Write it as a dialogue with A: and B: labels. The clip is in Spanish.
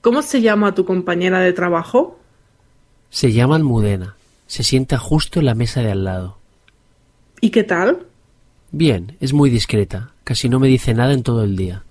A: ¿Cómo se llama tu compañera de trabajo?
B: Se llama Almudena. Se sienta justo en la mesa de al lado.
A: ¿Y qué tal?
B: Bien, es muy discreta. Casi no me dice nada en todo el día.